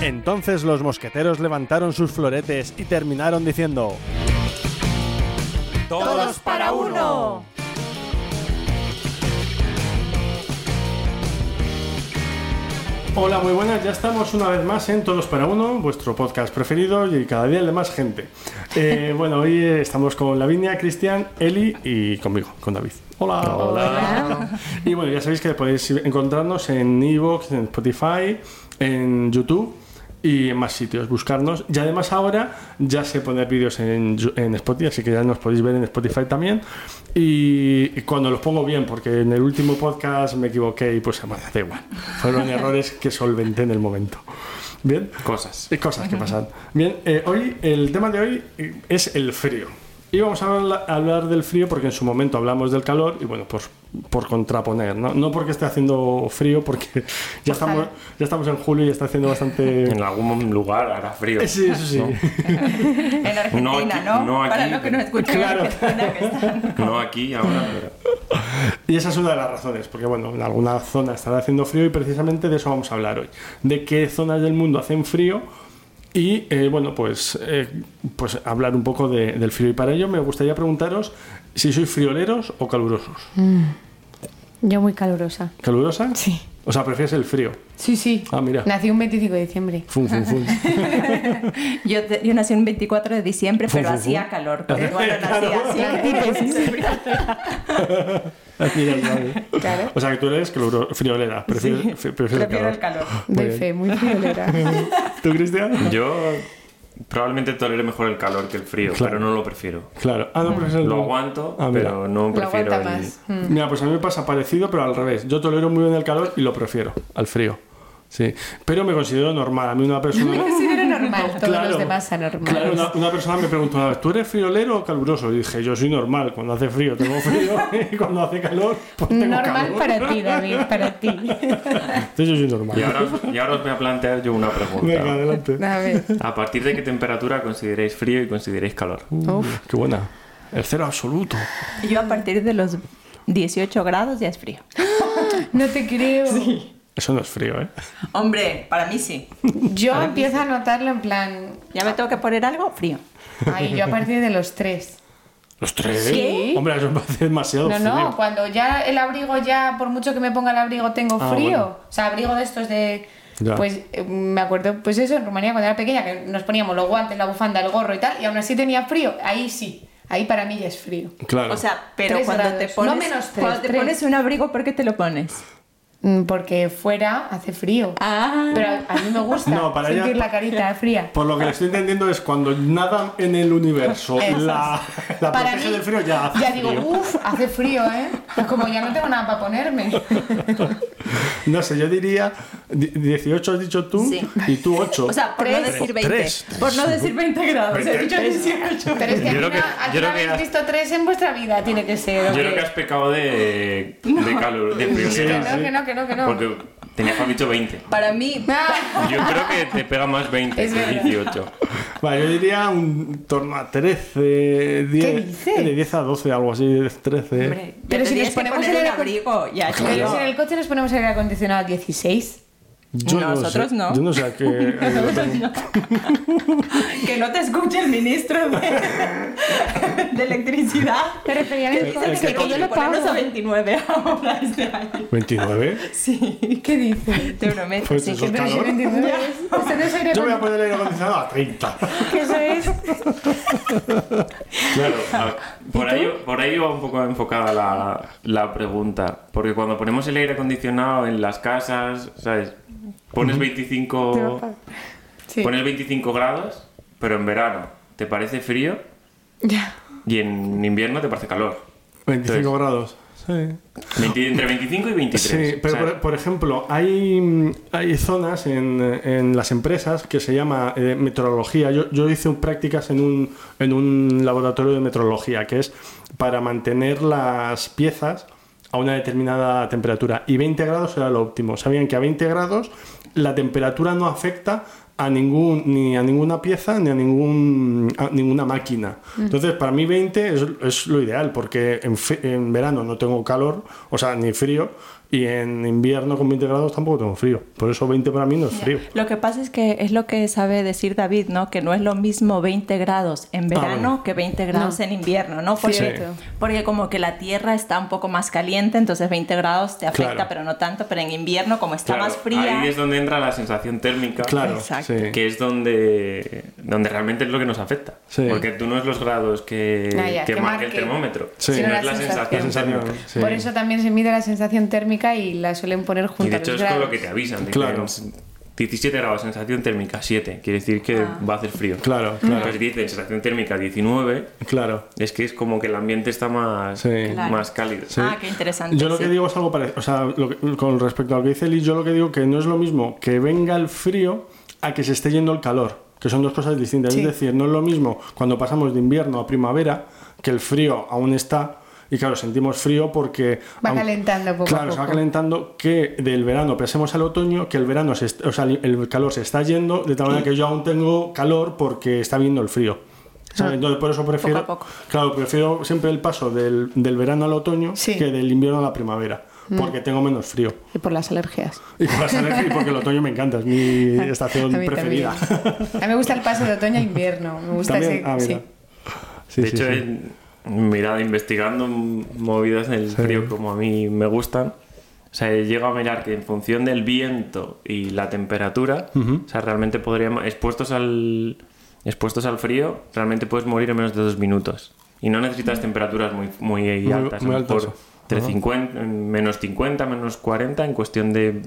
Entonces los mosqueteros levantaron sus floretes y terminaron diciendo... Todos para uno. Hola, muy buenas, ya estamos una vez más en Todos para Uno, vuestro podcast preferido y cada día el de más gente. Eh, bueno, hoy eh, estamos con Lavinia, Cristian, Eli y conmigo, con David. Hola. Hola. Y bueno, ya sabéis que podéis encontrarnos en Evox, en Spotify, en YouTube y en más sitios, buscarnos. Y además ahora ya se poner vídeos en, Yo- en Spotify, así que ya nos podéis ver en Spotify también. Y, y cuando los pongo bien, porque en el último podcast me equivoqué y pues bueno, da igual. Fueron errores que solventé en el momento. Bien. Cosas. Y cosas que pasan. Bien, eh, hoy el tema de hoy eh, es el frío. Y vamos a habla- hablar del frío porque en su momento hablamos del calor y bueno, pues por contraponer, ¿no? No porque esté haciendo frío, porque ya estamos, ya estamos en julio y está haciendo bastante... En algún lugar hará frío. Eh, Sí, eso sí. En Argentina, No ¿no? aquí, no Para aquí, los que nos escuchan claro. en Argentina, que están. No aquí, ahora. pero- Y esa es una de las razones, porque bueno, en alguna zona estará haciendo frío y precisamente de eso vamos a hablar hoy. De qué zonas del mundo hacen frío y eh, bueno, pues, eh, pues hablar un poco de- del frío. Y para ello me gustaría preguntaros si sois frioleros o calurosos. Mm. Yo muy calurosa. ¿Calurosa? Sí. O sea, prefieres el frío. Sí, sí. Ah, mira. Nací un 25 de diciembre. Fun, fun, fun. Yo, te- yo nací un 24 de diciembre, pero fu, fu. hacía calor. Pero bueno, nacía así. Mira, ya, ya. Claro. O sea, que tú eres caluro- friolera. Prefieres, Sí. fe- prefieres Prefiero el calor. Muy De bien. fe, muy friolera. ¿Tú, Cristian? Yo probablemente tolere mejor el calor que el frío, Claro. pero no lo prefiero. Claro. Ah, no, prefieres el Lo calor. aguanto, Ah, mira. pero no Lo prefiero aguanta el- más. Mira, pues a mí me pasa parecido, pero al revés. Yo tolero muy bien el calor y lo prefiero al frío. Sí. Pero me considero normal. A mí una persona. Considero normal, todos Claro. los demás anormales. Claro, una, una persona me preguntó, ¿tú eres friolero o caluroso? Y dije, yo soy normal. Cuando hace frío tengo frío y cuando hace calor, pues tengo Normal calor. para ti, David, para ti. Entonces yo soy normal. Y ahora, os- y ahora os voy a plantear yo una Venga, pregunta. adelante. A ver. ¿A partir de qué temperatura consideréis frío y consideréis calor? Uf. Qué buena. El cero absoluto. Yo a partir de los 18 grados ya es frío. No te creo. Eso no es frío, ¿eh? Hombre, para mí sí. Yo empiezo a notarlo en plan. ¿Ya me tengo que poner algo? Frío. Ay, yo a partir de los tres. Los tres. Sí. Hombre, eso me hace demasiado No, frío. no, cuando ya el abrigo, ya por mucho que me ponga el abrigo, tengo Ah, frío. bueno. O sea, abrigo de estos de. Ya. Pues eh, me acuerdo, pues eso, en Rumanía cuando era pequeña, que nos poníamos los guantes, la bufanda, el gorro y tal, y aún así tenía frío. Ahí sí, ahí para mí ya es frío. Claro. O sea, pero Tres cuando te grados. pones. No menos tres, cuando te tres. pones un abrigo, ¿por qué te lo pones? Mm, Porque fuera hace frío. Ah. Pero a, a mí me gusta No, para sentir ella- la carita fría. Por lo que le estoy entendiendo es cuando nada en el universo Eso. la, la protege del frío ya hace ya digo, uh. frío. uff, hace frío, ¿eh? Pues como ya no tengo nada para ponerme. No sé, yo diría di- 18 has dicho tú Sí. y tú 8. O sea, por no Tres. decir 20. Tres. Por no decir 20 grados. He dicho 18. Pero es que Yo alguna, creo que- alguna yo creo que habéis has- visto tres en vuestra vida, tiene que ser. ¿o Yo creo qué? que has pecado de, de calor, de frío. Sí, Que no, que no, que no, que no. Porque tenías que haber dicho 20. Para mí, Ah, Yo creo que te pega más 20 Es que verdad. 18. Vale, yo diría un torno a 13, 10. dices? De 10 a 12, algo así, 10, 13. hombre, Pero yo si tendría nos que ponemos poner en un el- abrigo, ya Pero chico. si en el coche nos ponemos aire acondicionado a 16. Yo Nosotros sé, no. Yo no sé a Eh, qué. Que no te escuche el ministro de, de electricidad. Me refería al Dice coche, que, tenemos yo lo ponernos pago. a 29 ahora este año. 29. Sí, ¿Qué dices? te prometo. Pues sí, eso. que- Pero si Calor. 29 Eso no es aire Yo voy a acondicionado. poner el aire acondicionado a 30. que eso es. Claro, a- por ahí, por ahí va un poco enfocada la, la pregunta. Porque cuando ponemos el aire acondicionado en las casas, ¿sabes? Pones 25, Sí. pones 25 grados, pero en verano te parece frío Ya. y en invierno te parece calor. 25 grados. Sí. 20 entre 25 y 23. Sí, pero o sea, por, por ejemplo, hay, hay zonas en, en las empresas que se llama eh, meteorología. Yo, yo hice un- prácticas en un, en un laboratorio de meteorología, que es para mantener las piezas a una determinada temperatura. Y 20 grados era lo óptimo. Sabían que a 20 grados la temperatura no afecta a ningún ni a ninguna pieza ni a ningún a ninguna máquina entonces para mí 20 es, es lo ideal porque en, fe- en verano no tengo calor o sea ni frío y en invierno con 20 grados tampoco tengo frío. Por eso 20 para mí no es frío. Lo que pasa es que es lo que sabe decir David, ¿no? Que no es lo mismo 20 grados en verano Ah, bueno. que 20 grados en invierno, ¿no? Porque, Cierto. porque como que la tierra está un poco más caliente, entonces 20 grados te afecta, Claro. pero no tanto. Pero en invierno, como está Claro, más fría, Ahí es donde entra la sensación térmica. Claro, Exacto. sí. que es donde, donde realmente es lo que nos afecta. Sí. Porque tú no es los grados que, Ah, ya, que que marca el marque. termómetro, Sí. Sino sino es la la La sensación, sensación, térmica. sí. Por eso también se mide la sensación térmica y la suelen poner junto Y de a los hecho es con lo grados. que te avisan. Claro. Claro. 17 grados, sensación térmica 7. Quiere decir que va a hacer frío. Claro, claro. Pero si te dicen sensación térmica 19, Claro. es que es como que el ambiente está más, Sí. Claro. más cálido. Sí. Ah, qué interesante, Yo lo sí. que digo es algo parecido. O sea, lo que- con respecto a lo que dice Liz, yo lo que digo que no es lo mismo que venga el frío a que se esté yendo el calor, que son dos cosas distintas. Es decir, no es lo mismo cuando pasamos de invierno a primavera, que el frío aún está. Y claro, sentimos frío porque. Va aun- calentando poco a Claro, se va poco. calentando que del verano pasemos al otoño, que el verano, se est- o sea, el calor se está yendo, de tal manera que yo aún tengo calor porque está viendo el frío. ¿sabes? Entonces, por eso prefiero. a Ah. poco. Claro, prefiero siempre el paso del, del verano al otoño Sí. Mm. que del invierno a la primavera, porque tengo menos frío. Y por las alergias. Y por las alergias, y porque el otoño me encanta, es mi estación A mí preferida. también. A mí me gusta el paso de otoño a invierno. Me gusta También, ese. ah, mira. sí. Sí, de sí, hecho, sí. he- mirad, investigando movidas del frío como a mí me gustan, o sea, llego a mirar que en función del viento y la temperatura, o sea, realmente podríamos, expuestos al, expuestos al frío, realmente puedes morir en menos de dos minutos. Y no necesitas temperaturas muy, muy, Muy- altas, muy a lo altas. mejor entre Ajá. 50, menos 50, menos 40, en cuestión de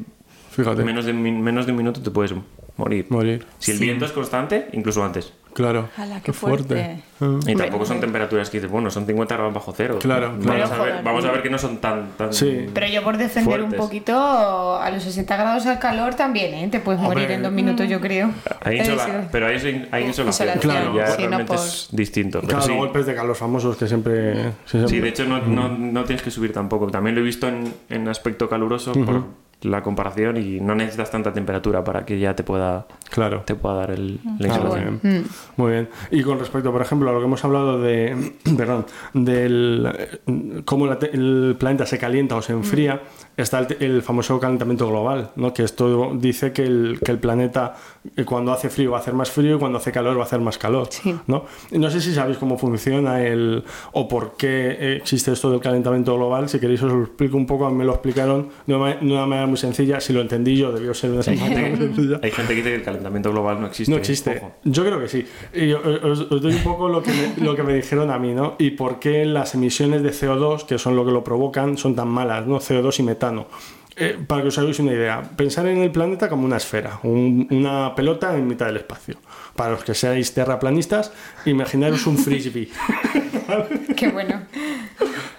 Fíjate. menos de, mi- menos de un minuto te puedes morir. Morir. Si el viento es constante, incluso antes. Claro. Ojalá, qué Ah. Y tampoco son temperaturas que dices, bueno, son 50 grados bajo cero. Claro, vamos, claro. A ver, vamos a ver que no son tan. tan... Sí. Pero yo por defender Fuertes. un poquito a los 60 grados al calor también, ¿eh? Te puedes morir Hombre. en dos minutos, yo creo. Hay Eh, insola- sí. Pero hay, inso- hay insolación. Insolación, Claro. ya sí, no realmente por- es distinto. pero Claro, sí, golpes de calor famosos que siempre. siempre- sí, de hecho no, no- no tienes que subir tampoco. También lo he visto en, en aspecto caluroso por la comparación y no necesitas tanta temperatura para que ya te pueda, Claro. te pueda dar el, la Ah, insolación. muy, bien. Muy bien. Y con respecto, por ejemplo, a lo que hemos hablado de, perdón, del eh, cómo la te- el planeta se calienta o se enfría, está el, te- el famoso calentamiento global, ¿no? Que esto dice que el, que el planeta eh, cuando hace frío va a hacer más frío y cuando hace calor va a hacer más calor, ¿no? Y No sé si sabéis cómo funciona el o por qué existe esto del calentamiento global. Si queréis os lo explico un poco, a mí me lo explicaron de una, ma- de una manera muy sencilla. Si lo entendí yo, debió ser de una manera muy sencilla. Hay gente que dice que el calentamiento global no existe. No existe. Ojo. Yo creo que sí. Y yo, eh, os, os doy un poco lo que, me, lo que me dijeron a mí, ¿no? Y por qué las emisiones de CO2, que son lo que lo provocan, son tan malas, ¿no? CO2 y metano. Eh, para que os hagáis una idea, pensar en el planeta como una esfera, un- una pelota en mitad del espacio. Para los que seáis terraplanistas, imaginaros un frisbee Qué bueno.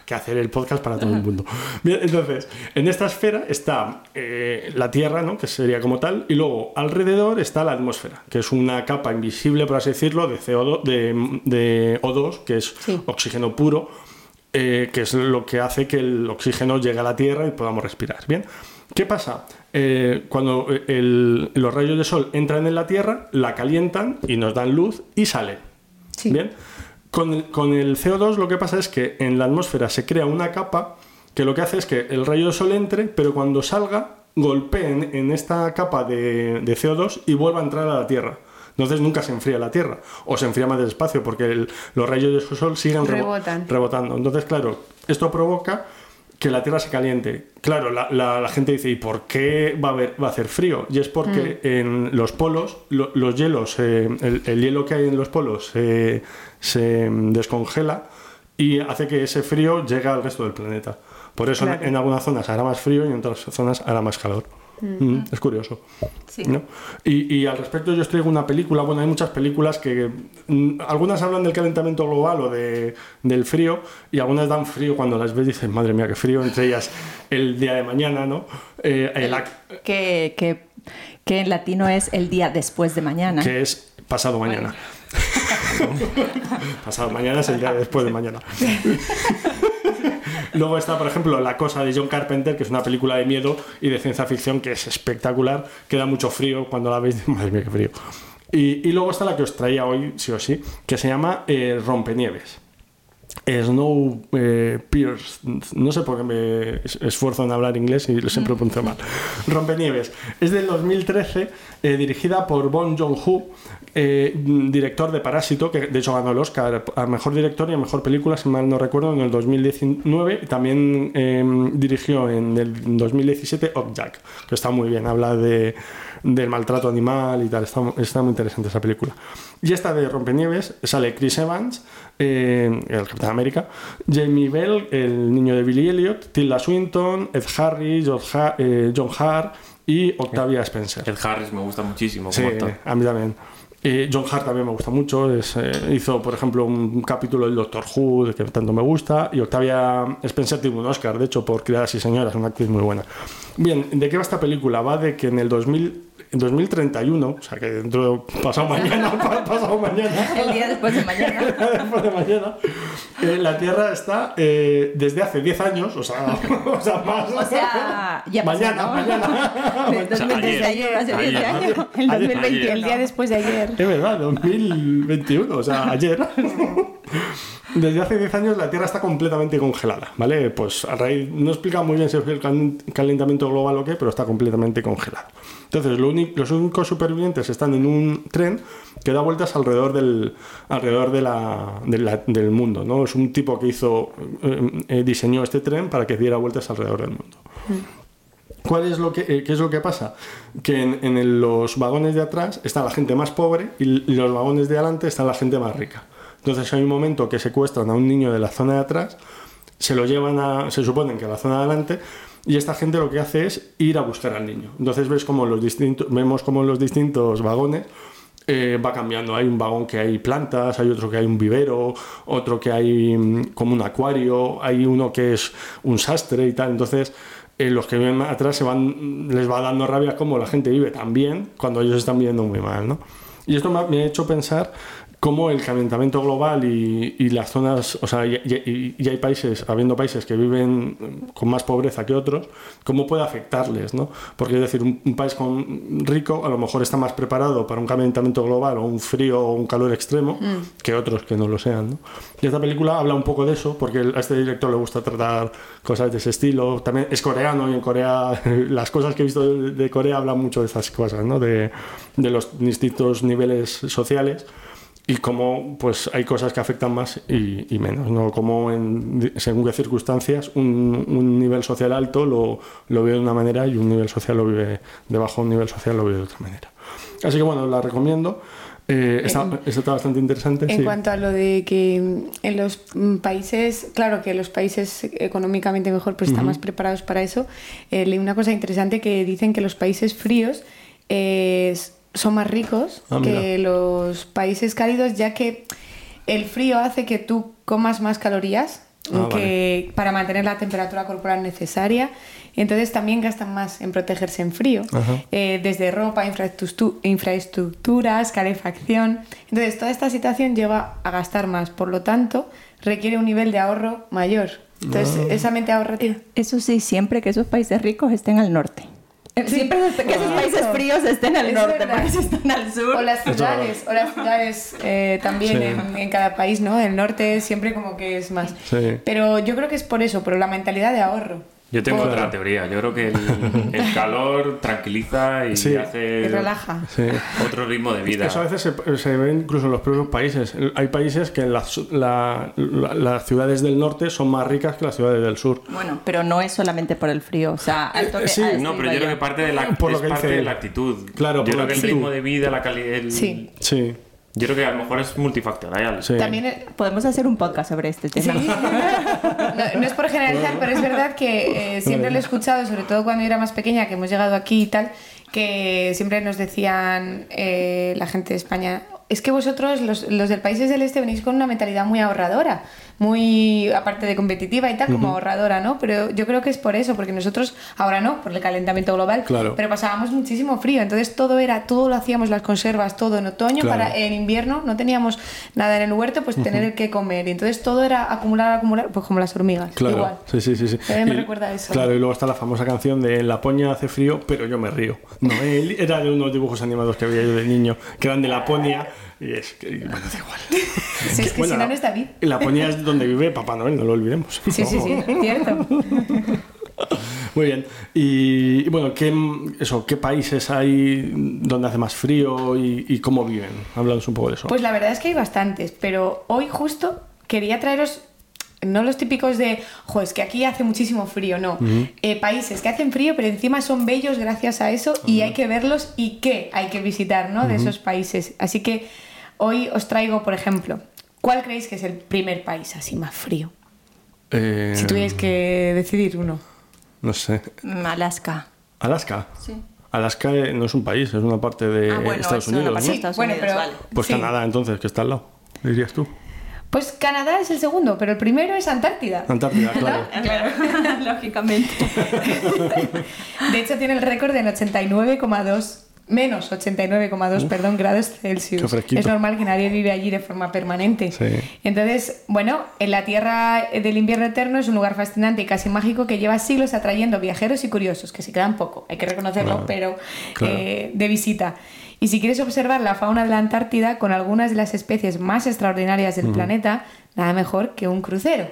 que hacer el podcast para todo el mundo. Bien, entonces, en esta esfera está eh, la Tierra, ¿no? que sería como tal, y luego alrededor está la atmósfera, que es una capa invisible, por así decirlo, de, CO2, de, de O2, que es oxígeno puro, eh, que es lo que hace que el oxígeno llegue a la Tierra y podamos respirar. Bien, ¿qué pasa? Eh, cuando eh, el- los rayos de sol entran en la Tierra, la calientan y nos dan luz y salen. Bien. Con el, con el CO2 lo que pasa es que en la atmósfera se crea una capa que lo que hace es que el rayo de sol entre, pero cuando salga golpeen en esta capa de, de CO2 y vuelva a entrar a la Tierra. Entonces nunca se enfría la Tierra, o se enfría más despacio porque el- los rayos de sol siguen rebo- Rebotan. rebotando. Entonces, claro, esto provoca que la Tierra se caliente. Claro, la, la- la gente dice, ¿y por qué va a, haber- va a hacer frío? Y es porque en los polos, lo- los hielos, eh, el, el hielo que hay en los polos eh, se mm, descongela y hace que ese frío llegue al resto del planeta. Por eso en- en, algunas zonas hará más frío y en otras zonas hará más calor. Mm, Es curioso. ¿no? Y, y al respecto yo os traigo una película, bueno, hay muchas películas que mm, algunas hablan del calentamiento global o de, del frío y algunas dan frío cuando las ves dices, madre mía, qué frío, entre ellas el día de mañana, ¿no? Eh, el ac- Que, que, que en latino es el día después de mañana. que es pasado mañana. pasado mañana es el día después de mañana. Luego está, por ejemplo, La Cosa de John Carpenter, que es una película de miedo y de ciencia ficción que es espectacular, que da mucho frío cuando la veis. Madre mía, qué frío. Y, y luego está la que os traía hoy, sí o sí, que se llama eh, Rompenieves. Snow eh, Pierce, no sé por qué me es- esfuerzo en hablar inglés y lo siempre pronuncio mal. Rompenieves. Es del 2013, eh, dirigida por Bon Joon-ho, eh, mm, director de Parásito, que de hecho ganó el Oscar a mejor director y a mejor película, si mal no recuerdo, en el 2019. Y También eh, dirigió en el 2017 Jack, que está muy bien, habla de, del maltrato animal y tal. Está, mu- está muy interesante esa película. Y esta de Rompenieves sale Chris Evans, eh, el Capitán América, Jamie Bell, el niño de Billy Elliot, Tilda Swinton, Ed Harris, George Ha- eh, John Hart y Octavia Spencer. El Harris me gusta muchísimo Sí, como actor. a mí también. Eh, John Hart también me gusta mucho. es, eh, hizo, por ejemplo, un capítulo del Doctor Who de que tanto me gusta. Y Octavia Spencer tiene un Oscar, de hecho, por Criadas y Señoras, una actriz muy buena. Bien, ¿de qué va esta película? Va de que en el 2000, en 2031, o sea que dentro de pasado mañana, pa- pasado mañana, El día después de mañana. después de mañana, eh, la Tierra está eh, desde hace 10 años, o sea, o sea, más. O sea, ya pasó, mañana, ¿no? mañana. El 2021, ayer, hace 10 ayer, años. ayer, El ayer. 2021. El día después de ayer. Es verdad, 2021, o sea, ayer. Desde hace 10 años la Tierra está completamente congelada, ¿vale? Pues a raíz, no explica muy bien si es el cal- calentamiento global o qué, pero está completamente congelada. Entonces, lo único- los únicos supervivientes están en un tren que da vueltas alrededor del, alrededor de la, de la- del mundo, ¿no? Es un tipo que hizo, eh, eh, diseñó este tren para que diera vueltas alrededor del mundo. ¿Cuál es lo que, eh, ¿Qué es lo que pasa? Que en, en el- los vagones de atrás está la gente más pobre y l- los vagones de adelante está la gente más rica. Entonces hay un momento que secuestran a un niño de la zona de atrás, se lo llevan a, se suponen que a la zona de adelante, y esta gente lo que hace es ir a buscar al niño. Entonces ves como los distintos, vemos como los distintos vagones eh, va cambiando. Hay un vagón que hay plantas, hay otro que hay un vivero, otro que hay mm, como un acuario, hay uno que es un sastre y tal. Entonces, eh, los que viven más atrás se van, les va dando rabia como la gente vive tan bien cuando ellos están viviendo muy mal, ¿no? Y esto me ha, me ha hecho pensar cómo el calentamiento global y, y las zonas, o sea, y, y- y hay países, habiendo países que viven con más pobreza que otros, cómo puede afectarles, ¿no? Porque es decir, un, un país con, rico a lo mejor está más preparado para un calentamiento global o un frío o un calor extremo que otros que no lo sean, ¿no? Y esta película habla un poco de eso, porque el- a este director le gusta tratar cosas de ese estilo. También es coreano y en Corea las cosas que he visto de, de Corea hablan mucho de esas cosas, ¿no? De, de los distintos niveles sociales y cómo pues hay cosas que afectan más y, y menos, ¿no? Como en di- según qué circunstancias un, un nivel social alto lo, lo vive de una manera y un nivel social lo vive de bajo un nivel social lo vive de otra manera. Así que bueno, la recomiendo. Eh, está, está bastante interesante. En sí. cuanto a lo de que mm, en los mm, países, claro que los países económicamente mejor pues están más preparados para eso, Eh, leí una cosa interesante que dicen que los países fríos eh, s- son más ricos Ah, que los países cálidos ya que el frío hace que tú comas más calorías Ah, que eh, para mantener la temperatura corporal necesaria. Entonces también gastan más en protegerse en frío, Ajá. eh, desde ropa, infraestructu- infraestructuras, calefacción. Entonces toda esta situación lleva a gastar más, por lo tanto requiere un nivel de ahorro mayor. Ah. Entonces esa mente ahorrativa. Eso sí, siempre que esos países ricos estén al norte. Siempre que esos países fríos estén al Es norte, verdad. porque si están al sur. O las Eso ciudades, o las ciudades eh, también Sí. en, en cada país, ¿no? El norte siempre como que es más. Sí. Pero yo creo que es por eso, por la mentalidad de ahorro. Yo tengo Claro. otra teoría. Yo creo que el, el calor tranquiliza y Sí. Y hace relaja. Sí. otro ritmo de vida. Eso a veces se, se ve incluso en los propios países. El- Hay países que las, la- la- las ciudades del norte son más ricas que las ciudades del sur. Bueno, pero no es solamente por el frío. O sea, al toque- Eh, sí, a eso No, pero iba yo creo que parte de la, Por lo es que parte dice de él. la actitud. Claro, por la yo creo que el actitud. ritmo de vida, la calidad. el- Sí. Sí, Yo creo que a lo mejor es multifactorial. sí. También eh, Podemos hacer un podcast sobre este Sí. tema. No, no es por generalizar, pero es verdad que eh, siempre lo he escuchado, sobre todo cuando yo era más pequeña, que hemos llegado aquí y tal, que siempre nos decían eh, la gente de España. Es que vosotros, los, los del países del este, venís con una mentalidad muy ahorradora, muy, aparte de competitiva y tal, como ahorradora, ¿no? Pero yo creo que es por eso, porque nosotros, ahora no, por el calentamiento global, Claro. pero pasábamos muchísimo frío, entonces todo era, todo lo hacíamos, las conservas, todo en otoño, Claro. para en invierno no teníamos nada en el huerto, pues tener que comer. Y entonces todo era acumular, acumular, pues como las hormigas. Claro, Igual. sí, sí, sí. sí. A mí me recuerda a eso. Claro, y luego está la famosa canción de La Poña hace frío, pero yo me río. No, él era de unos dibujos animados que había yo de niño, que eran de Laponia, y es que, bueno, da igual. Si es que Bueno, si no, no es David. La Poña es donde vive Papá Noel, no lo olvidemos. Sí, sí, sí, cierto. Muy bien. Y, y bueno, ¿qué, eso, ¿qué países hay donde hace más frío y, y cómo viven? Háblanos un poco de eso. Pues la verdad es que hay bastantes, pero hoy justo quería traeros no los típicos de, jo, es que aquí hace muchísimo frío, no. Uh -huh. eh, países que hacen frío, pero encima son bellos gracias a eso uh -huh. y hay que verlos y qué hay que visitar, ¿no? Uh -huh. De esos países. Así que hoy os traigo, por ejemplo, ¿cuál creéis que es el primer país así más frío? Eh... Si tuvierais que decidir uno. No sé. Alaska. ¿Alaska? Sí. Alaska eh, no es un país, es una parte de ah, bueno, Estados Unidos. ¿no? Sí, Estados bueno, Unidos, pero... Vale. Pues sí. Canadá, entonces, que está al lado, dirías tú. Pues Canadá es el segundo, pero el primero es Antártida. Antártida, claro. ¿No? claro. Lógicamente. De hecho, tiene el récord en 89,2, menos 89,2, perdón, grados Celsius. Qué es normal que nadie vive allí de forma permanente. Sí. Entonces, bueno, en la tierra del invierno eterno es un lugar fascinante y casi mágico que lleva siglos atrayendo viajeros y curiosos, que se quedan poco, hay que reconocerlo, Claro. pero Claro. eh, de visita. Y si quieres observar la fauna de la Antártida con algunas de las especies más extraordinarias del planeta, nada mejor que un crucero.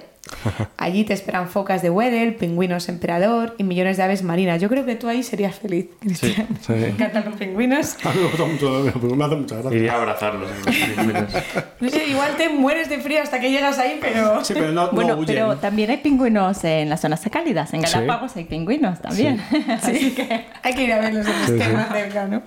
Allí te esperan focas de Weddell, pingüinos emperador y millones de aves marinas. Yo creo que tú ahí serías feliz. Cristian. sí. Me encantan los pingüinos. A mí me gusta mucho, pues me hace mucha gracia. Iría a abrazarlos. No sé, igual te mueres de frío hasta que llegas ahí, pero... Sí, pero no, no Bueno, huyen. pero también hay pingüinos en las zonas cálidas. En Sí. Galápagos hay pingüinos también. Así que Hay que ir a verlos en los que más cerca, ¿no?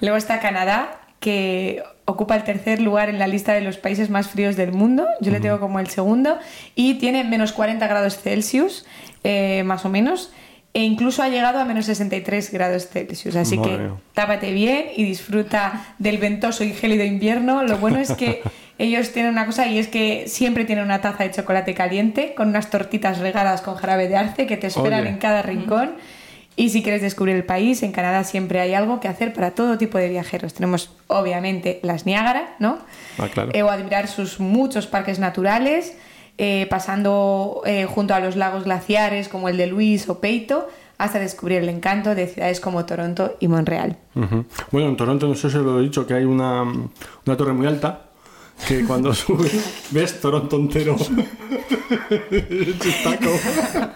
Luego está Canadá, que ocupa el tercer lugar en la lista de los países más fríos del mundo. Yo le tengo como el segundo. Y tiene menos 40 grados Celsius, eh, más o menos. E incluso ha llegado a menos 63 grados Celsius. Así Madre que mía. tápate bien y disfruta del ventoso y gélido invierno. Lo bueno es que ellos tienen una cosa y es que siempre tienen una taza de chocolate caliente con unas tortitas regadas con jarabe de arce que te esperan Oye. en cada rincón. Y si quieres descubrir el país, en Canadá siempre hay algo que hacer para todo tipo de viajeros. Tenemos, obviamente, las Niágara, ¿no? Ah, claro. Eh, o admirar sus muchos parques naturales, eh, pasando eh, junto a los lagos glaciares como el de Luis o Peito, hasta descubrir el encanto de ciudades como Toronto y Montreal. Ujú. Bueno, en Toronto, no sé si os lo he dicho, que hay una, una torre muy alta que cuando subes ves Toronto entero. Chistaco.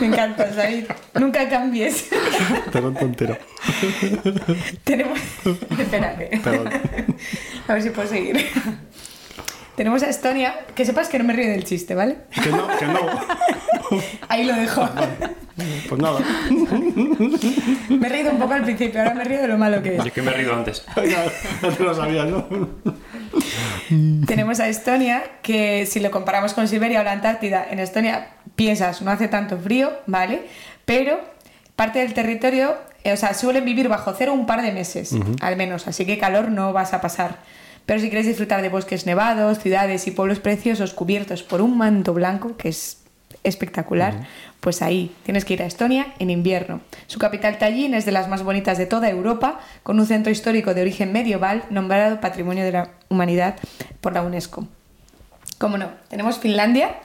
Me encanta, David. Nunca cambies. Toronto entero. Tenemos. Espérate. Perdón. A ver si puedo seguir. Tenemos a Estonia. Que sepas que no me río del chiste, ¿vale? Que no, que no. Ahí lo dejo. Pues nada. Me he reído un poco al principio, ahora me río de lo malo que es. Yo que me he reído antes. Ya te lo sabías, ¿no? Tenemos a Estonia, que si lo comparamos con Siberia o la Antártida, en Estonia piensas, no hace tanto frío, ¿vale? Pero parte del territorio, eh, o sea, suelen vivir bajo cero un par de meses, al menos, así que calor no vas a pasar. Pero si quieres disfrutar de bosques nevados, ciudades y pueblos preciosos cubiertos por un manto blanco, que es espectacular, pues ahí tienes que ir a Estonia en invierno. Su capital Tallinn es de las más bonitas de toda Europa, con un centro histórico de origen medieval nombrado Patrimonio de la Humanidad por la UNESCO. Como no, tenemos Finlandia,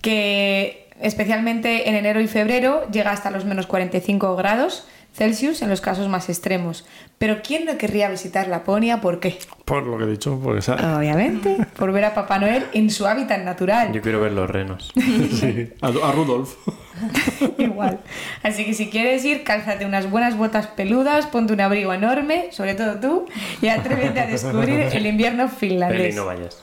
que especialmente en enero y febrero llega hasta los menos 45 grados Celsius en los casos más extremos. Pero ¿quién no querría visitar Laponia? ¿Por qué? Por lo que he dicho, porque sa- Obviamente, por ver a Papá Noel en su hábitat natural. Yo quiero ver los renos. sí. a, a Rudolf. Igual. Así que si quieres ir, cálzate unas buenas botas peludas, ponte un abrigo enorme, sobre todo tú, y atrévete a descubrir el invierno Peli, finlandés. no vayas.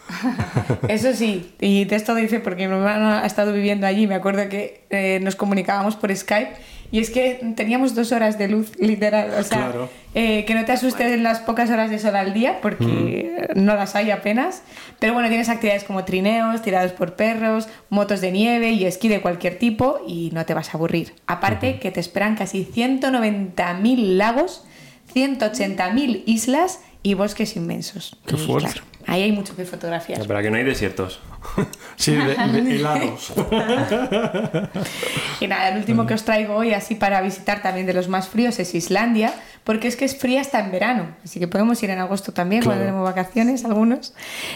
Eso sí, y de esto dice porque mi hermano ha estado viviendo allí, me acuerdo que eh, nos comunicábamos por Skype y es que teníamos dos horas de luz, literal. O sea, Claro. eh, que no te asustes en las pocas horas de sol al día, porque eh, Mm. no las hay apenas. Pero bueno, tienes actividades como trineos, tirados por perros, motos de nieve y esquí de cualquier tipo y no te vas a aburrir. Aparte que te esperan casi 190.000 lagos, 180.000 islas y bosques inmensos. Qué Y, fuerte. ahí hay mucho que fotografiar. Pero aquí no hay desiertos. Sí, de, de helados. Y nada, el último que os traigo hoy, así para visitar también de los más fríos, es Islandia, porque es que es fría hasta en verano, así que podemos ir en agosto también, cuando Claro. tenemos vacaciones algunos.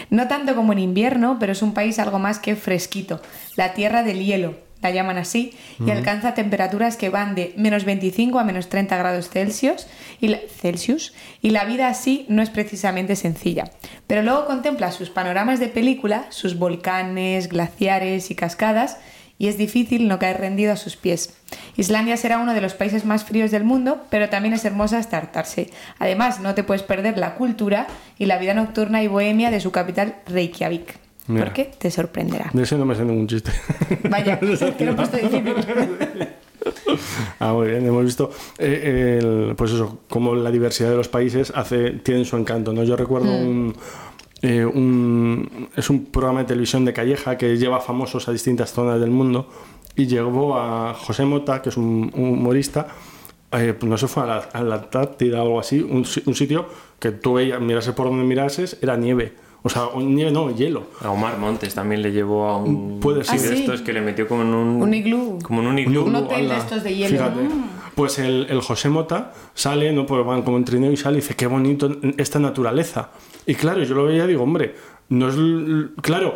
No tanto como en invierno, pero es un país algo más que fresquito, la tierra del hielo. la llaman así, y uh -huh. alcanza temperaturas que van de menos 25 a menos 30 grados Celsius y, la, Celsius, y la vida así no es precisamente sencilla. Pero luego contempla sus panoramas de película, sus volcanes, glaciares y cascadas, y es difícil no caer rendido a sus pies. Islandia será uno de los países más fríos del mundo, pero también es hermosa hasta hartarse. Además, no te puedes perder la cultura y la vida nocturna y bohemia de su capital, Reykjavik. Mira. Porque te sorprenderá. De eso no me sé ningún chiste. Vaya, que lo he puesto difícil. Ah, muy bien, hemos visto eh, el, pues eso, cómo la diversidad de los países hace, tienen su encanto, ¿no? Yo recuerdo mm. un, eh, un, es un programa de televisión de Calleja que lleva famosos a distintas zonas del mundo y llevó a José Mota, que es un, un humorista, eh, pues no se fue a la, a la Antártida o algo así, un, un sitio que tú veías, mirase por donde mirases, era nieve. O sea, nieve no, hielo. A Omar Montes también le llevó a un. Puede ser. de estos que le metió como en un. Ah, Un iglú. Como en un iglú. Un hotel de estos de hielo. Fíjate. Pues el, el, José Mota sale, no pues van como en trineo y sale y dice: Qué bonito esta naturaleza. Y claro, yo lo veía y digo: Hombre, no es. Claro.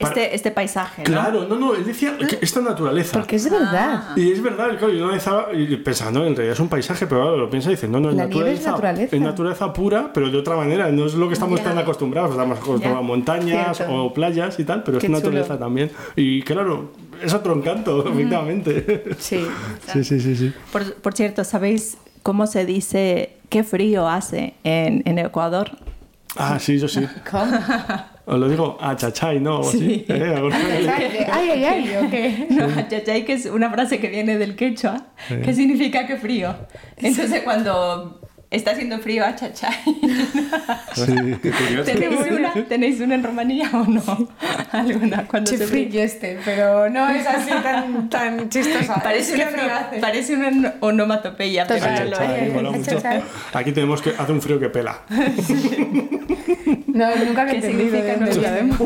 Este, este, paisaje. ¿no? Claro, no, no, él decía que esta naturaleza. Porque es verdad. Ah. Y es verdad, claro, yo analizaba y pensando, en realidad es un paisaje, pero ahora lo piensa y dice, no, no, es, La naturaleza, es naturaleza. Es naturaleza pura, pero de otra manera, no es lo que estamos ya. tan acostumbrados, estamos acostumbrados ya. a montañas Cierto. o playas y tal, pero Qué es naturaleza chulo. también. Y claro, es otro encanto, efectivamente. Mm. Sí, sí, sí, sí, sí. Por, por, cierto, ¿sabéis cómo se dice qué frío hace en, en Ecuador? Ah, sí, yo sí. ¿Cómo? Os lo digo achachay, ¿no? O así. Sí. ¿Eh? ay, ay, ay, okay. No, achachay, que es una frase que viene del quechua, sí. que significa que frío. Entonces, cuando está haciendo frío, achachay. Sí, qué curioso. ¿Tenéis una, ¿Tenéis una en Rumanía o no? Alguna, cuando che se frío este, pero no es así tan, tan chistosa. Parece una, parece una onomatopeya, pero no lo es. Aquí tenemos que hace un frío que pela. Sí. No, nunca lo he entendido. eh, De no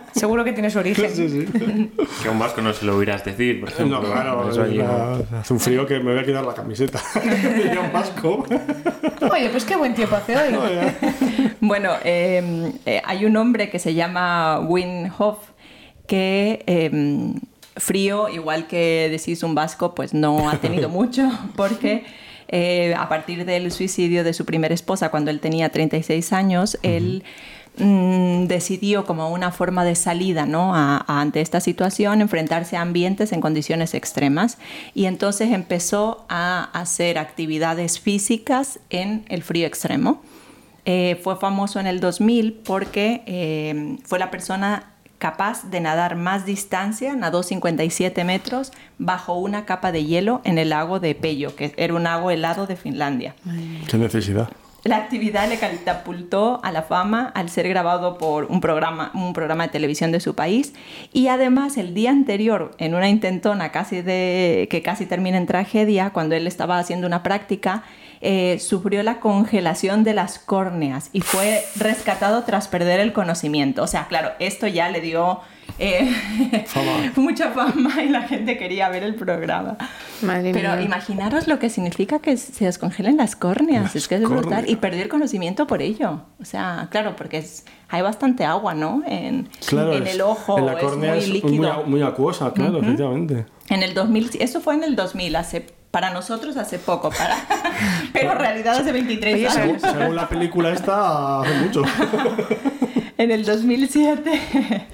Seguro que tiene su origen. Sí, sí. Que a un vasco no se lo oirás decir, por ejemplo. No, claro. Eso la... Hace un frío que me voy a quitar la camiseta. Diría un vasco. Oye, pues qué buen tiempo hace hoy. bueno, eh, eh, hay un hombre que se llama Win Hof que... Eh, frío, igual que decís un vasco, pues no ha tenido mucho, porque eh, a partir del suicidio de su primera esposa cuando él tenía 36 años, él mm, decidió como una forma de salida ¿no? a, a, ante esta situación enfrentarse a ambientes en condiciones extremas y entonces empezó a hacer actividades físicas en el frío extremo. Eh, fue famoso en el 2000 porque eh, fue la persona capaz de nadar más distancia, nadó 57 metros bajo una capa de hielo en el lago de Pello, que era un lago helado de Finlandia. ¿Qué necesidad? La actividad le catapultó a la fama al ser grabado por un programa, un programa de televisión de su país y además el día anterior en una intentona casi de, que casi termina en tragedia cuando él estaba haciendo una práctica eh, sufrió la congelación de las córneas y fue rescatado tras perder el conocimiento. O sea, claro, esto ya le dio eh, fama. mucha fama y la gente quería ver el programa. Madre Pero mía. imaginaros lo que significa que se descongelen las córneas, las es que es brutal, córneas. y perder conocimiento por ello. O sea, claro, porque es, hay bastante agua, ¿no? En, claro, en el ojo, en la córnea es muy es líquido. Muy, muy, acuosa, claro, uh -huh. efectivamente. En el 2000, eso fue en el 2000, hace para nosotros hace poco, para... pero en realidad hace 23 años. Según, según, la película esta, hace mucho. en el 2007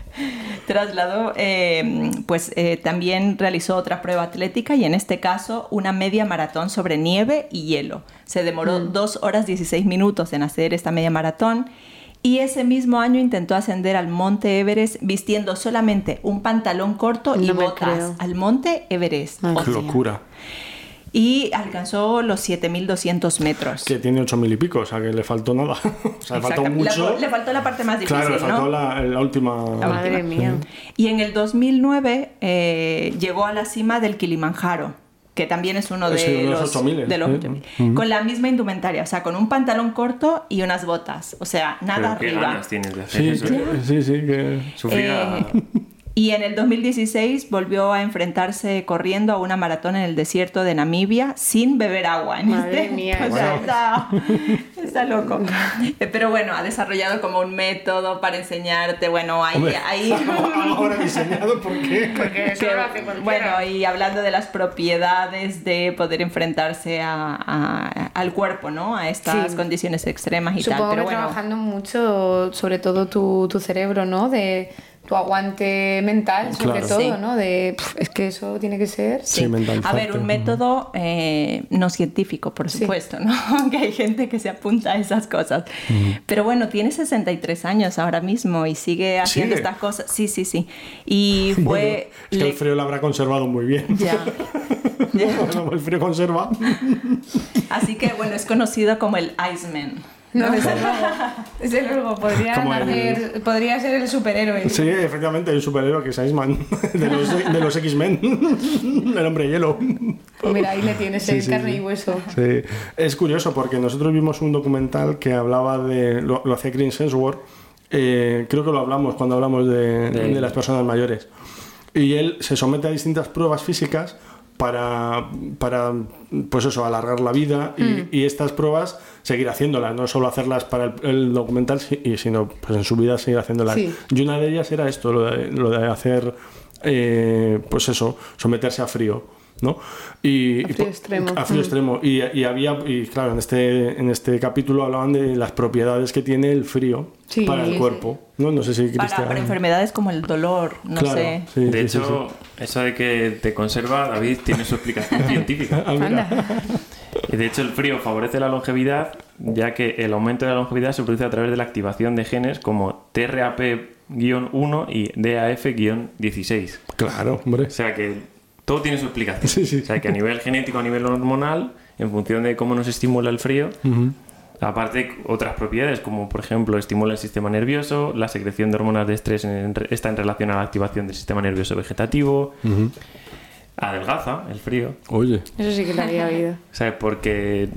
trasladó, eh, pues eh, también realizó otra prueba atlética y en este caso una media maratón sobre nieve y hielo. Se demoró mm. 2 horas 16 minutos en hacer esta media maratón. Y ese mismo año intentó ascender al Monte Everest vistiendo solamente un pantalón corto no y botas creo. al Monte Everest. Ay, ¡Qué locura! y alcanzó los 7200 metros. Que tiene 8000 y pico, o sea que le faltó nada. O sea, le faltó mucho. La, le faltó la parte más difícil. Claro, le faltó ¿no? la, la, última. La Madre última. mía. Y en el 2009 eh, llegó a la cima del Kilimanjaro que también es uno de sí, los, los 8000, de los 8000, ¿eh? con la misma indumentaria, o sea, con un pantalón corto y unas botas, o sea, nada arriba. Pero Qué ganas tienes de hacer Eh, sí, eso. Sí, sí, que... Sufría... Eh, Y en el 2016 volvió a enfrentarse corriendo a una maratón en el desierto de Namibia sin beber agua. En Madre este- mía, o sea, bueno. está, está loco. Eh, Pero bueno, ha desarrollado como un método para enseñarte. Bueno, ahí... Hombre. ahí Ahora diseñado, ¿por qué? Porque eso que- lo Eh, hace cualquiera. bueno, y hablando de las propiedades de poder enfrentarse a- a- al cuerpo, ¿no? A estas Sí. condiciones extremas y Supongo tal. Pero que bueno, trabajando mucho, sobre todo tu, tu cerebro, ¿no? De tu aguante mental, sobre Claro. todo, Sí. ¿no? De, pff, es que eso tiene que ser... Sí, mental a ver, factor, ujú. un método eh, no científico, por supuesto, ¿no? Aunque hay gente que se apunta a esas cosas. Pero bueno, tiene 63 años ahora mismo y sigue haciendo ¿Sigue? estas cosas. Sí, sí, sí. Y fue... Bueno, es que le- el frío lo habrá conservado muy bien. Ya. Ya. Bueno, el frío conserva. Así que bueno, es conocido como el Iceman. No, desde luego. Desde luego, podrían Como el- hacer- podría ser el superhéroe. Sí, efectivamente, hay un superhéroe que es Iceman, de los, de los X-Men, el hombre de hielo. Pues mira, ahí le tienes Sí, el sí, carne sí. y hueso. Sí. Es curioso porque nosotros vimos un documental que hablaba de. Lo, lo hacía Green Sensworth. eh, creo que lo hablamos cuando hablamos de, De- de las personas mayores. Y él se somete a distintas pruebas físicas para, para pues eso, alargar la vida y, Mm. y estas pruebas seguir haciéndolas, no solo hacerlas para el, el documental, si- y sino pues en su vida seguir haciéndolas. Sí. Y una de ellas era esto, lo de, lo de hacer, eh, pues eso, someterse a frío, ¿no? Y, A y frío po- extremo. A frío Mm. extremo. Y, y había, y claro, en este, en este capítulo hablaban de las propiedades que tiene el frío Sí, para el sí. cuerpo. No, no sé si Para, Cristian... para enfermedades como el dolor, no Claro, sé. sí, sí, de sí, hecho, eso de que te conserva, David, tiene su explicación sí. científica. Ah, mira. Y de hecho, el frío favorece la longevidad, ya que el aumento de la longevidad se produce a través de la activación de genes como TRAP-1 y DAF-16. Claro, hombre. O sea que todo tiene su explicación. Sí, sí. O sea que a nivel genético, a nivel hormonal, en función de cómo nos estimula el frío, aparte otras propiedades como por ejemplo estimula el sistema nervioso, la secreción de hormonas de estrés en- está en relación a la activación del sistema nervioso vegetativo, adelgaza el frío. Oye. Eso sí que lo había oído. O sea, porque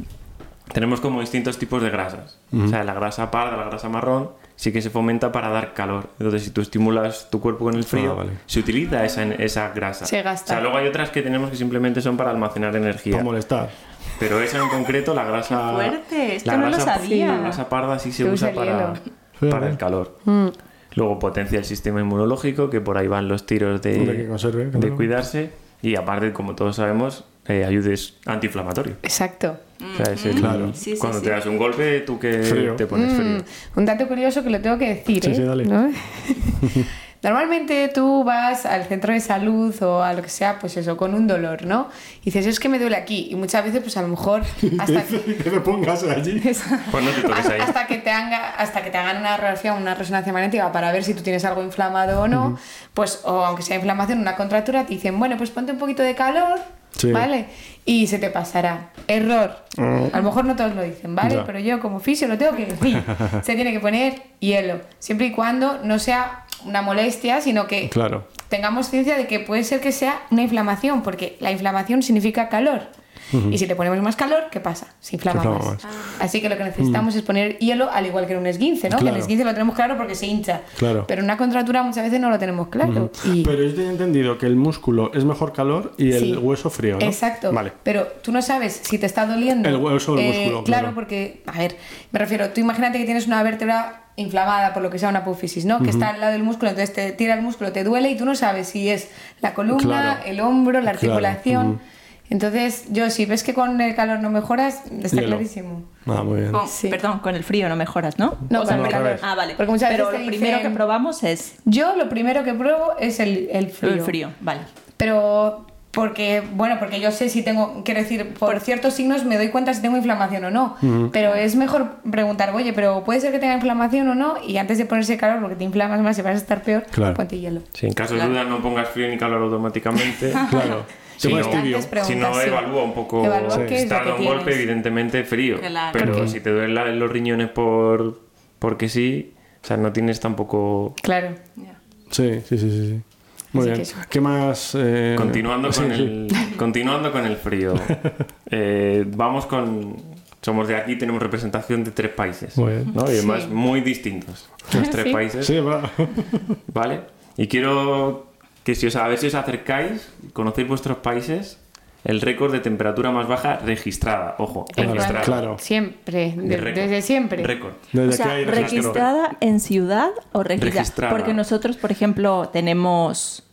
tenemos como distintos tipos de grasas. O sea, la grasa parda, la grasa marrón, sí que se fomenta para dar calor. Entonces, si tú estimulas tu cuerpo con el frío, Ah, vale. se utiliza esa, esa grasa. Se gasta. O sea, luego hay otras que tenemos que simplemente son para almacenar energía. Para molestar. Pero esa en concreto, la grasa... Qué fuerte, esto la no lo grasa- sabía. La grasa parda sí se, Se usa usa el para, hielo. para el calor. Mm. Luego potencia el sistema inmunológico, que por ahí van los tiros de, Hombre, que conserve, de claro. cuidarse. Y aparte, como todos sabemos, eh, ayuda es antiinflamatorio. Exacto. O sea, es el- Claro. Sí, sí, Mm, cuando sí. te das un golpe, tú que Frío. te pones frío. Un dato curioso que lo tengo que decir. Sí, ¿eh? sí, dale. ¿No? Normalmente tú vas al centro de salud o a lo que sea, pues eso, con un dolor, ¿no? Y dices, es que me duele aquí. Y muchas veces, pues a lo mejor, hasta que, que me pongas allí. Pues no te toques ahí. hasta que, te, haga- hasta que te hagan una radiografía, una resonancia magnética para ver si tú tienes algo inflamado o no, pues, o aunque sea inflamación, una contractura, te dicen, bueno, pues ponte un poquito de calor, Sí. ¿vale? Y se te pasará. Error. A lo mejor no todos lo dicen, ¿vale? Ya. Pero yo como fisio lo tengo que decir. se tiene que poner hielo, siempre y cuando no sea una molestia, sino que Claro. tengamos ciencia de que puede ser que sea una inflamación, porque la inflamación significa calor. Y si le ponemos más calor, ¿qué pasa? Se inflama, Se inflama Mm. más. Ah. Así que lo que necesitamos es poner hielo, al igual que en un esguince, ¿no? Que Claro. El esguince lo tenemos claro porque se hincha. Claro. Pero en una contratura muchas veces no lo tenemos claro. Y- Pero yo tenía entendido que el músculo es mejor calor y el Sí. hueso frío, ¿no? Exacto. Vale. Pero tú no sabes si te está doliendo. Eh, El hueso o el músculo, Claro, claro. porque, a ver, me refiero, tú imagínate que tienes una vértebra inflamada por lo que sea una apófisis, ¿no? Que está al lado del músculo, entonces te tira el músculo, te duele y tú no sabes si es la columna, Claro. el hombro, la Claro, articulación. ujú. Entonces, yo, si ves que con el calor no mejoras, está Hielo. clarísimo. Oh. Ah, muy bien. Con- Sí. Perdón, con el frío no mejoras, ¿no? No, con el pero- calor. Ah, vale. Porque muchas pero veces te lo primero dicen- que probamos es Yo lo primero que pruebo es el, el frío. el frío, vale. Pero porque, bueno, porque yo sé si tengo, quiero decir, por ciertos signos me doy cuenta si tengo inflamación o no. Pero es mejor preguntar, oye, pero puede ser que tenga inflamación o no, y antes de ponerse calor, porque te inflamas más y vas a estar peor, pues Claro. ponte hielo. Si en caso Claro. de duda no pongas frío ni calor automáticamente. Claro. Si Te no, pones tibio. Antes preguntas, si no, sí. evalúa un poco. Evalúa si qué es lo está que de un tienes. golpe, evidentemente frío. Claro. Pero Porque- si te duelen la- los riñones por porque sí, o sea, no tienes tampoco. Claro. Sí, sí, sí, sí. sí. Muy Así bien. que eso. ¿Qué más? eh, Continuando sí, con, sí. el, continuando con el frío. eh, vamos con. Somos de aquí, tenemos representación de tres países. Muy bien. ¿no? Y además Sí. muy distintos. Los tres Sí. países. Sí, va. ¿Vale? Y quiero que si os, a ver si os acercáis, conocéis vuestros países, el récord de temperatura más baja registrada. Ojo, Claro, registrada. claro. Siempre, de- De récord. desde siempre. Récord. Desde O que sea, hay registro. registrada en ciudad o registrada. Registrada. Porque nosotros, por ejemplo, tenemos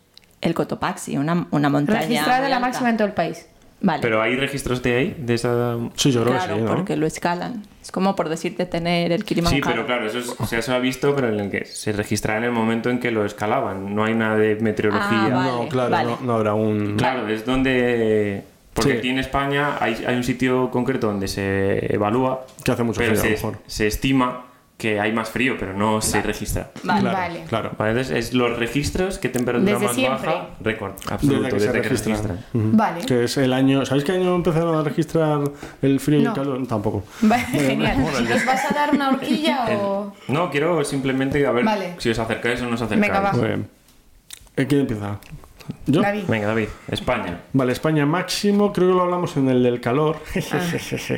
el Cotopaxi, una, una montaña. Registrada muy la alta. máxima en todo el país. Vale. Pero hay registros de ahí, de esa. Sí, yo creo claro, que sí, ¿no? porque lo escalan. Es como por decirte tener el Sí, Kilimanjaro. pero claro, eso es- o sea, se ha visto, pero en el que se registrará en el momento en que lo escalaban. No hay nada de meteorología. Ah, vale. No, claro, vale. no, no habrá un. Claro, es donde. Porque Sí. aquí en España hay, hay un sitio concreto donde se evalúa. Que hace mucho pero frío, a se, lo mejor. se estima que hay más frío, pero no se registra. Vale. Claro, Vale. claro. Vale, entonces es los registros, qué temperatura Desde más siempre. baja, récord absoluto, Desde desde que que, se registran. registran. Vale. Que es el año. ¿Sabéis qué año empezaron a registrar el frío y el No. calor? Tampoco. Vale, genial. ¿Nos vas a dar una horquilla o.? No, quiero simplemente a ver Vale. si os acercáis o no os acercáis. Venga, va. Muy bien. Eh, ¿Quién empieza? ¿Yo? David. Venga, David, España. Vale, España máximo, creo que lo hablamos en el del calor. Ah,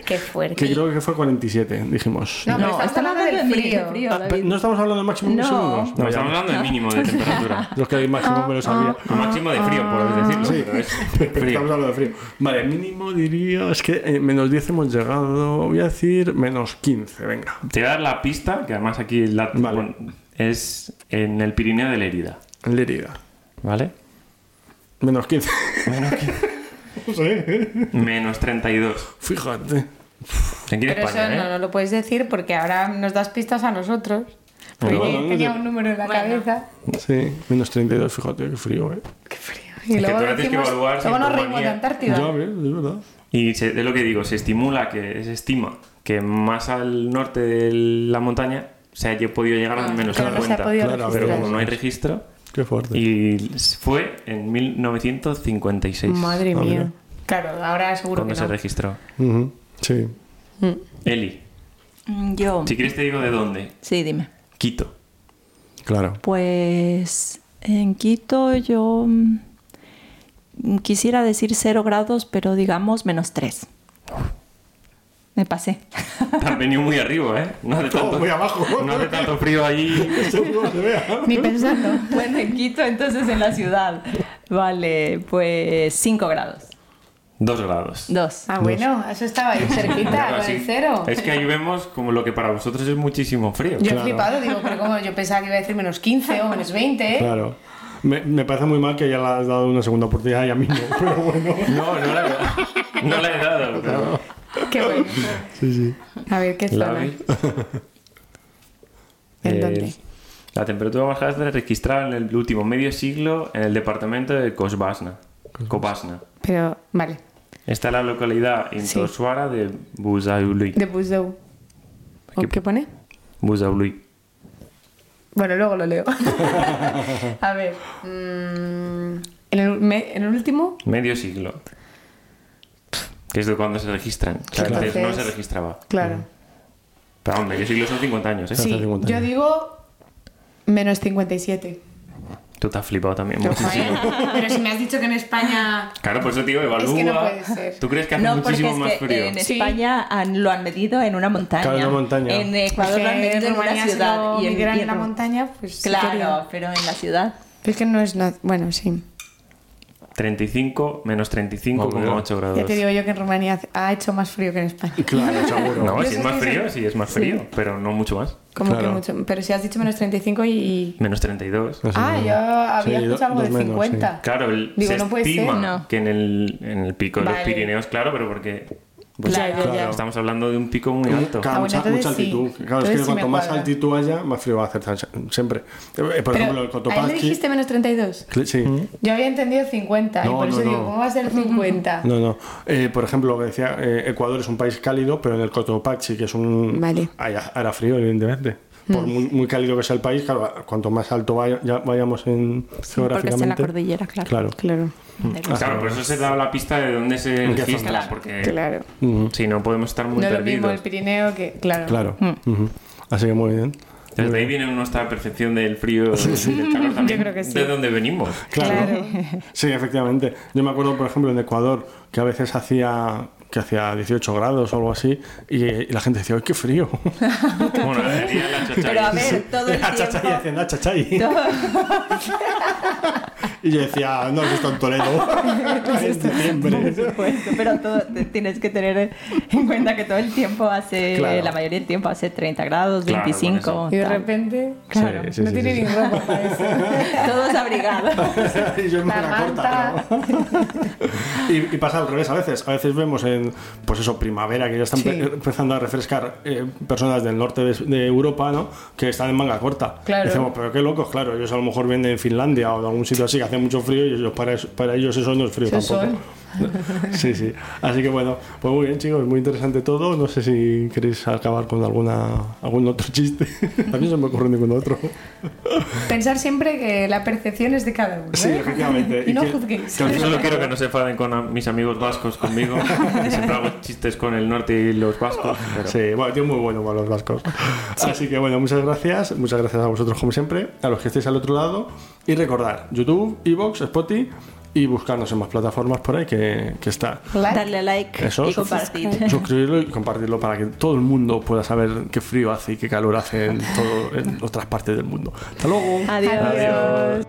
Qué fuerte. que creo que fue 47, dijimos. No, No, pero estamos hablando del frío. Ah, pero ¿no estamos hablando de máximo No. segundos. No, estamos hablando del mínimo de temperatura. Los que hay máximo Ah, me lo sabía. O máximo de frío, por decirlo. pero es frío. Estamos hablando de frío. Vale, mínimo diría, es que eh, menos 10 hemos llegado, voy a decir menos 15, venga. Te voy a dar la pista, que además aquí la- Vale. bueno, es en el Pirineo de la Herida. Lérida. ¿Vale? Menos 15. No sé, Menos 32. Fíjate. Aquí en Pero eso España, ¿eh? no, no lo puedes decir porque ahora nos das pistas a nosotros. Porque Bueno, bueno, tenía yo- un número en la Bueno. cabeza. Sí, menos 32, fíjate, qué frío, eh. Qué frío. Es Y que luego tú ahora tienes que decimos, evaluar si luego nos tu reímos de manía- Antártida. Ya ves, es verdad. Y se- es lo que digo, se estimula, que se estima que más al norte de la montaña se haya podido llegar a menos pero Ah, no se ha 50. podido Claro, a ver, pero registrar. como no hay registro. Qué fuerte. Y fue en 1956 Madre Ah, mira. mía. Claro, ahora seguro cuando que se no. registró. Ujú, Sí. Eli, Mm, Yo. si quieres te digo de dónde. Sí, dime. Quito. Claro. Pues en Quito yo mm, quisiera decir cero grados, pero digamos menos tres. Me pasé. Te has venido muy arriba, ¿eh? No hace Oh, tanto, muy abajo. No hace tanto frío allí. Seguro se vea. Ni pensando. bueno, en Quito entonces en la ciudad. Vale, pues cinco grados. Dos grados. Dos. Ah, bueno, eso estaba ahí cerquita, Claro, lo sí. del cero. Es que ahí vemos como lo que para vosotros es muchísimo frío. Yo Claro. he flipado, digo, pero como yo pensaba que iba a decir menos 15 o menos 20, ¿eh? Claro. Me, me parece muy mal que ya le has dado una segunda oportunidad y a mí no, pero bueno. No, no la, no la he dado. Pero... Qué bueno. Sí, sí. A ver, ¿qué La zona? vi. ¿En Eh, dónde? La temperatura más alta se registrada en el último medio siglo en el departamento de Cosbasna. Cobasna. Pero, vale, Está la localidad intosuara de Buzaului. de Buzdou. ¿O ¿Qué pone? Buzaului. Bueno, luego lo leo. a ver. mm, ¿en, el, me- en el último? Medio siglo. Que es de cuando se registran. O sea, Claro. antes no se Entonces- registraba. Claro. Pero vamos, medio siglo son 50 años, ¿eh? Sí. Sí, yo digo menos 57. Tú te has flipado también muchísimo. Pero si me has dicho que en España... Claro, por eso, tío, evalúa. Es que no puede ser. ¿Tú crees que hace no, porque muchísimo es más que frío? en Sí. España han- lo han medido en una montaña. Claro, en una montaña. En Ecuador lo han Porque medido en una eh, Rumanía se ciudad. lo y midieron en la Ru- montaña, pues sí Claro, querían. pero en la ciudad. Pero es que no es... na- Bueno, sí. 35 menos 35,8 grados. Ya te digo yo que en Rumanía hace- ha hecho más frío que en España. Claro, seguro. No, Yo si es sé más que frío, sí. sí, es más Sí. frío, pero no mucho más. Como Claro. que mucho. Pero si has dicho menos 35 y. y- Menos 32. Más o Ah, menos. yo había Sí, do- escuchado algo de dos menos, 50. Claro, el, Digo, se no puede estima ser, no. que en el, en el pico de los Vale. Pirineos, claro, pero porque pues, Ya, ya, ya. estamos hablando de un pico muy alto. Claro, Ah, bueno, mucha, entonces mucha sí. altitud. Claro, es Entonces que sí cuanto me más cuadra. altitud haya, más frío va a hacer tan- siempre. Eh, Por ejemplo, el Pero, ¿A él le Cotopaxi. dijiste menos 32? Cl- Sí. Yo había entendido 50 y No, por no, eso digo, no. ¿cómo va a ser 50? No, no. Eh, por ejemplo, lo que decía, eh, Ecuador es un país cálido, pero en el Cotopaxi, que es un. Vale. Allá hará frío, evidentemente. Por Mm. muy, muy cálido que sea el país, claro, cuanto más alto vaya- ya vayamos en porque está en la geográficamente, cordillera, claro. Claro. Claro, Claro, por eso se da la pista de dónde se qué registra, zona? porque claro. si no podemos estar muy no es lo mismo perdidos. el Pirineo que. Claro. Claro. Mm. Ujú. Así que muy bien. Desde ahí viene nuestra percepción del frío y del calor también. creo que sí. De dónde venimos. Claro. Sí, efectivamente. Yo me acuerdo, por ejemplo, en Ecuador, que a veces hacía que hacía 18 grados o algo así, y, y la gente decía, ¡ay, qué frío! Bueno, sería Pero la a chachaya. ver, todo el Achachay, tiempo... haciendo achachay. todo- Y yo decía, no, eso está en Toledo. en diciembre. Por supuesto, pero todo, te- tienes que tener en cuenta que todo el tiempo hace, Claro. la mayoría del tiempo hace 30 grados, Claro, por 25. eso. Y de tal. repente Claro. Sí, sí, no sí, tiene sí. ni ropa para eso. Todos abrigados. y yo en La manga corta, manta. pero- y, y pasa al revés a veces. A veces vemos en, pues eso, primavera, que ya están Sí. empe- empezando a refrescar eh, personas del norte de, de Europa, ¿no? Que están en manga corta. Claro. Y decimos, pero qué locos, claro. Ellos a lo mejor vienen de Finlandia o de algún sitio así que hace mucho frío y ellos, para, eso- para ellos eso no es frío Eso es tampoco. Sí, sí. Así que bueno, pues muy bien, chicos, muy interesante todo. No sé si queréis acabar con alguna algún otro chiste. A mí no se me ocurre ningún otro. Pensar siempre que la percepción es de cada uno. Sí, ¿eh? efectivamente. Y no que- juzguéis. que al Yo final solo quiero que no se enfaden con a- mis amigos vascos conmigo. que Siempre hago chistes con el norte y los vascos. pero- Sí, bueno, tiene muy bueno para los vascos. Así que bueno, muchas gracias. Muchas gracias a vosotros, como siempre, a los que estéis al otro lado. Y recordar, YouTube, Evox, Spotify y buscarnos en más plataformas por ahí que, que está. Darle a like Eso, y compartir. Suscribirlo y compartirlo para que todo el mundo pueda saber qué frío hace y qué calor hace en, todo- en otras partes del mundo. Hasta luego. Adiós. Adiós.